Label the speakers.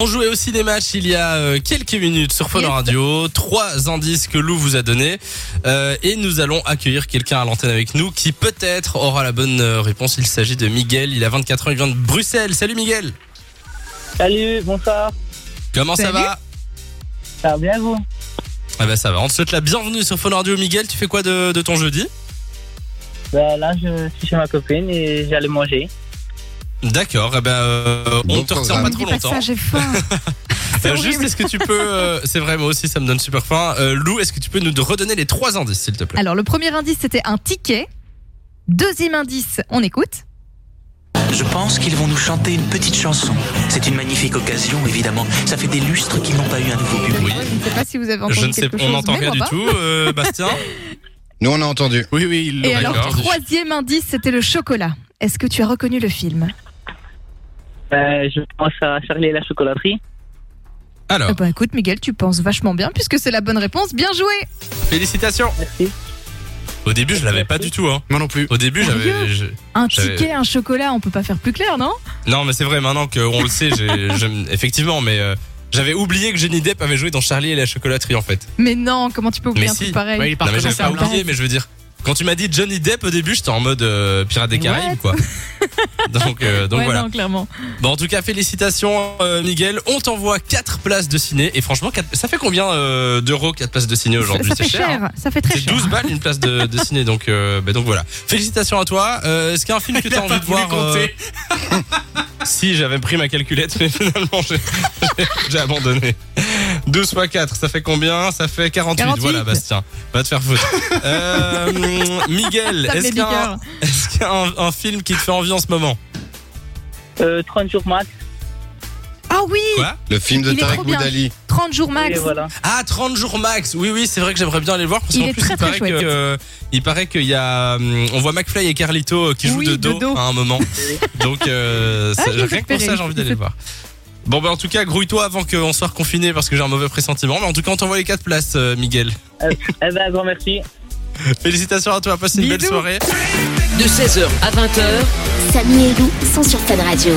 Speaker 1: On jouait aussi des matchs il y a euh, quelques minutes sur Fun
Speaker 2: Yes.
Speaker 1: Radio. Trois indices que Lou vous a donnés. Euh, et nous allons accueillir quelqu'un à l'antenne avec nous qui peut-être aura la bonne euh, réponse. Il s'agit de Miguel. Il a 24 ans, il vient de Bruxelles. Salut Miguel
Speaker 3: Salut, bonsoir.
Speaker 1: Comment ça
Speaker 2: Salut.
Speaker 1: va
Speaker 3: Ça va bien vous
Speaker 1: Ah bah ça va. On te souhaite la bienvenue sur Fun Radio. Miguel, tu fais quoi de, de ton jeudi
Speaker 3: Bah, Là, je suis chez ma copine et j'allais manger.
Speaker 1: D'accord. Eh ben, euh, on
Speaker 4: Bon
Speaker 1: te retient
Speaker 4: programme.
Speaker 1: pas
Speaker 2: me
Speaker 1: trop
Speaker 2: Ah, dis pas
Speaker 1: longtemps.
Speaker 2: ça, j'ai faim. C'est
Speaker 1: Euh,
Speaker 2: horrible.
Speaker 1: juste, est-ce que tu peux... euh, C'est vrai, moi aussi, ça me donne super faim. Euh, Lou, est-ce que tu peux nous redonner les trois indices, s'il te plaît
Speaker 2: Alors, le premier indice, c'était un ticket. Deuxième indice, on écoute.
Speaker 5: Je pense qu'ils vont nous chanter une petite chanson. C'est une magnifique occasion, évidemment. Ça fait des lustres qu'ils n'ont pas eu un nouveau public.
Speaker 1: Oui.
Speaker 2: Je ne sais pas si vous avez entendu
Speaker 1: Je ne sais,
Speaker 2: quelque
Speaker 1: on
Speaker 2: chose,
Speaker 1: n'entend
Speaker 2: mais
Speaker 1: rien
Speaker 2: moi
Speaker 1: du
Speaker 2: pas.
Speaker 1: tout, euh, Bastien.
Speaker 4: Nous, on a entendu.
Speaker 1: Oui, oui, il
Speaker 2: Et alors, troisième indice, c'était le chocolat. Est-ce que tu as reconnu le film
Speaker 1: Ah.
Speaker 3: Euh, je pense à Charlie et la chocolaterie.
Speaker 1: Alors,
Speaker 2: Eh ben, Écoute, Miguel, tu penses vachement bien puisque c'est la bonne réponse. Bien joué
Speaker 1: félicitations.
Speaker 3: Merci.
Speaker 1: Au début, je l'avais pas du tout. Hein.
Speaker 4: Moi non plus.
Speaker 1: Au début, j'avais.
Speaker 2: Sérieux
Speaker 1: je-
Speaker 2: Un
Speaker 1: J'avais-
Speaker 2: ticket, un chocolat, on peut pas faire plus clair, non
Speaker 1: Non, mais c'est vrai. Maintenant qu'on le sait, j'ai- j'aime- effectivement, mais euh, j'avais oublié que Johnny Depp avait joué dans Charlie et la chocolaterie en fait.
Speaker 2: Mais non, comment tu peux oublier
Speaker 1: Mais
Speaker 2: un
Speaker 1: si.
Speaker 2: truc pareil
Speaker 6: Ouais, il est pas
Speaker 1: non, mais j'avais pas
Speaker 6: reconnaissable, hein.
Speaker 1: oublié, mais je veux dire, quand tu m'as dit Johnny Depp au début, j'étais en mode euh, Pirates des
Speaker 2: What
Speaker 1: Caraïbes, quoi. donc, euh, donc
Speaker 2: Ouais,
Speaker 1: voilà.
Speaker 2: non, clairement.
Speaker 1: Bon, en tout cas, félicitations, euh, Miguel. On t'envoie 4 places de ciné. Et franchement, quatre- ça fait combien euh, d'euros 4 places de ciné
Speaker 2: Ça,
Speaker 1: aujourd'hui
Speaker 2: ça fait
Speaker 1: C'est cher. hein
Speaker 2: cher, ça fait très
Speaker 1: C'est
Speaker 2: cher.
Speaker 1: 12 balles une place de, de ciné, donc, euh, bah, donc voilà. Félicitations à toi. Euh, Est-ce qu'il y a un film que tu as envie de voir euh, Si, j'avais pris ma calculette, mais finalement, j'ai- j'ai- j'ai abandonné. 12 x 4, ça fait combien Ça fait 48.
Speaker 2: 48.
Speaker 1: Voilà, Bastien. Va te faire foutre. Euh, Miguel,
Speaker 2: Ça me
Speaker 1: est-ce
Speaker 2: met
Speaker 1: qu'il
Speaker 2: du
Speaker 1: y a,
Speaker 2: cœur.
Speaker 1: un, est-ce qu'il y a un- un film qui te fait envie en ce moment
Speaker 3: Euh, 30 jours max.
Speaker 2: Ah oui
Speaker 1: Quoi
Speaker 4: Le film de
Speaker 2: Il est
Speaker 4: Tarek
Speaker 2: trop bien.
Speaker 4: Boudali.
Speaker 2: 30 jours max.
Speaker 3: Et voilà.
Speaker 1: Ah, 30 jours max. Oui, oui, c'est vrai que j'aimerais bien aller le voir. Parce
Speaker 2: Il
Speaker 1: qu'en
Speaker 2: est
Speaker 1: plus,
Speaker 2: très,
Speaker 1: il,
Speaker 2: très
Speaker 1: paraît
Speaker 2: chouette.
Speaker 1: que, euh, il paraît qu'il y a. hum, On voit McFly et Carlito euh, qui jouent
Speaker 2: Oui,
Speaker 1: de,
Speaker 2: de
Speaker 1: dos
Speaker 2: dos.
Speaker 1: à un moment. Donc, euh,
Speaker 2: Ah,
Speaker 1: ça-
Speaker 2: je les ai
Speaker 1: rien que pour ça,
Speaker 2: repérés.
Speaker 1: j'ai envie d'aller le voir. Bon, bah, en tout cas, grouille-toi avant qu'on soit reconfiné parce que j'ai un mauvais pressentiment. Mais en tout cas, on t'envoie les 4 places, euh, Miguel.
Speaker 3: Eh ben, un grand merci.
Speaker 1: Félicitations à toi, passe une belle
Speaker 2: Bisous.
Speaker 1: soirée.
Speaker 7: de 16h à 20h.
Speaker 8: Samy et Lou sont sur Fan Radio.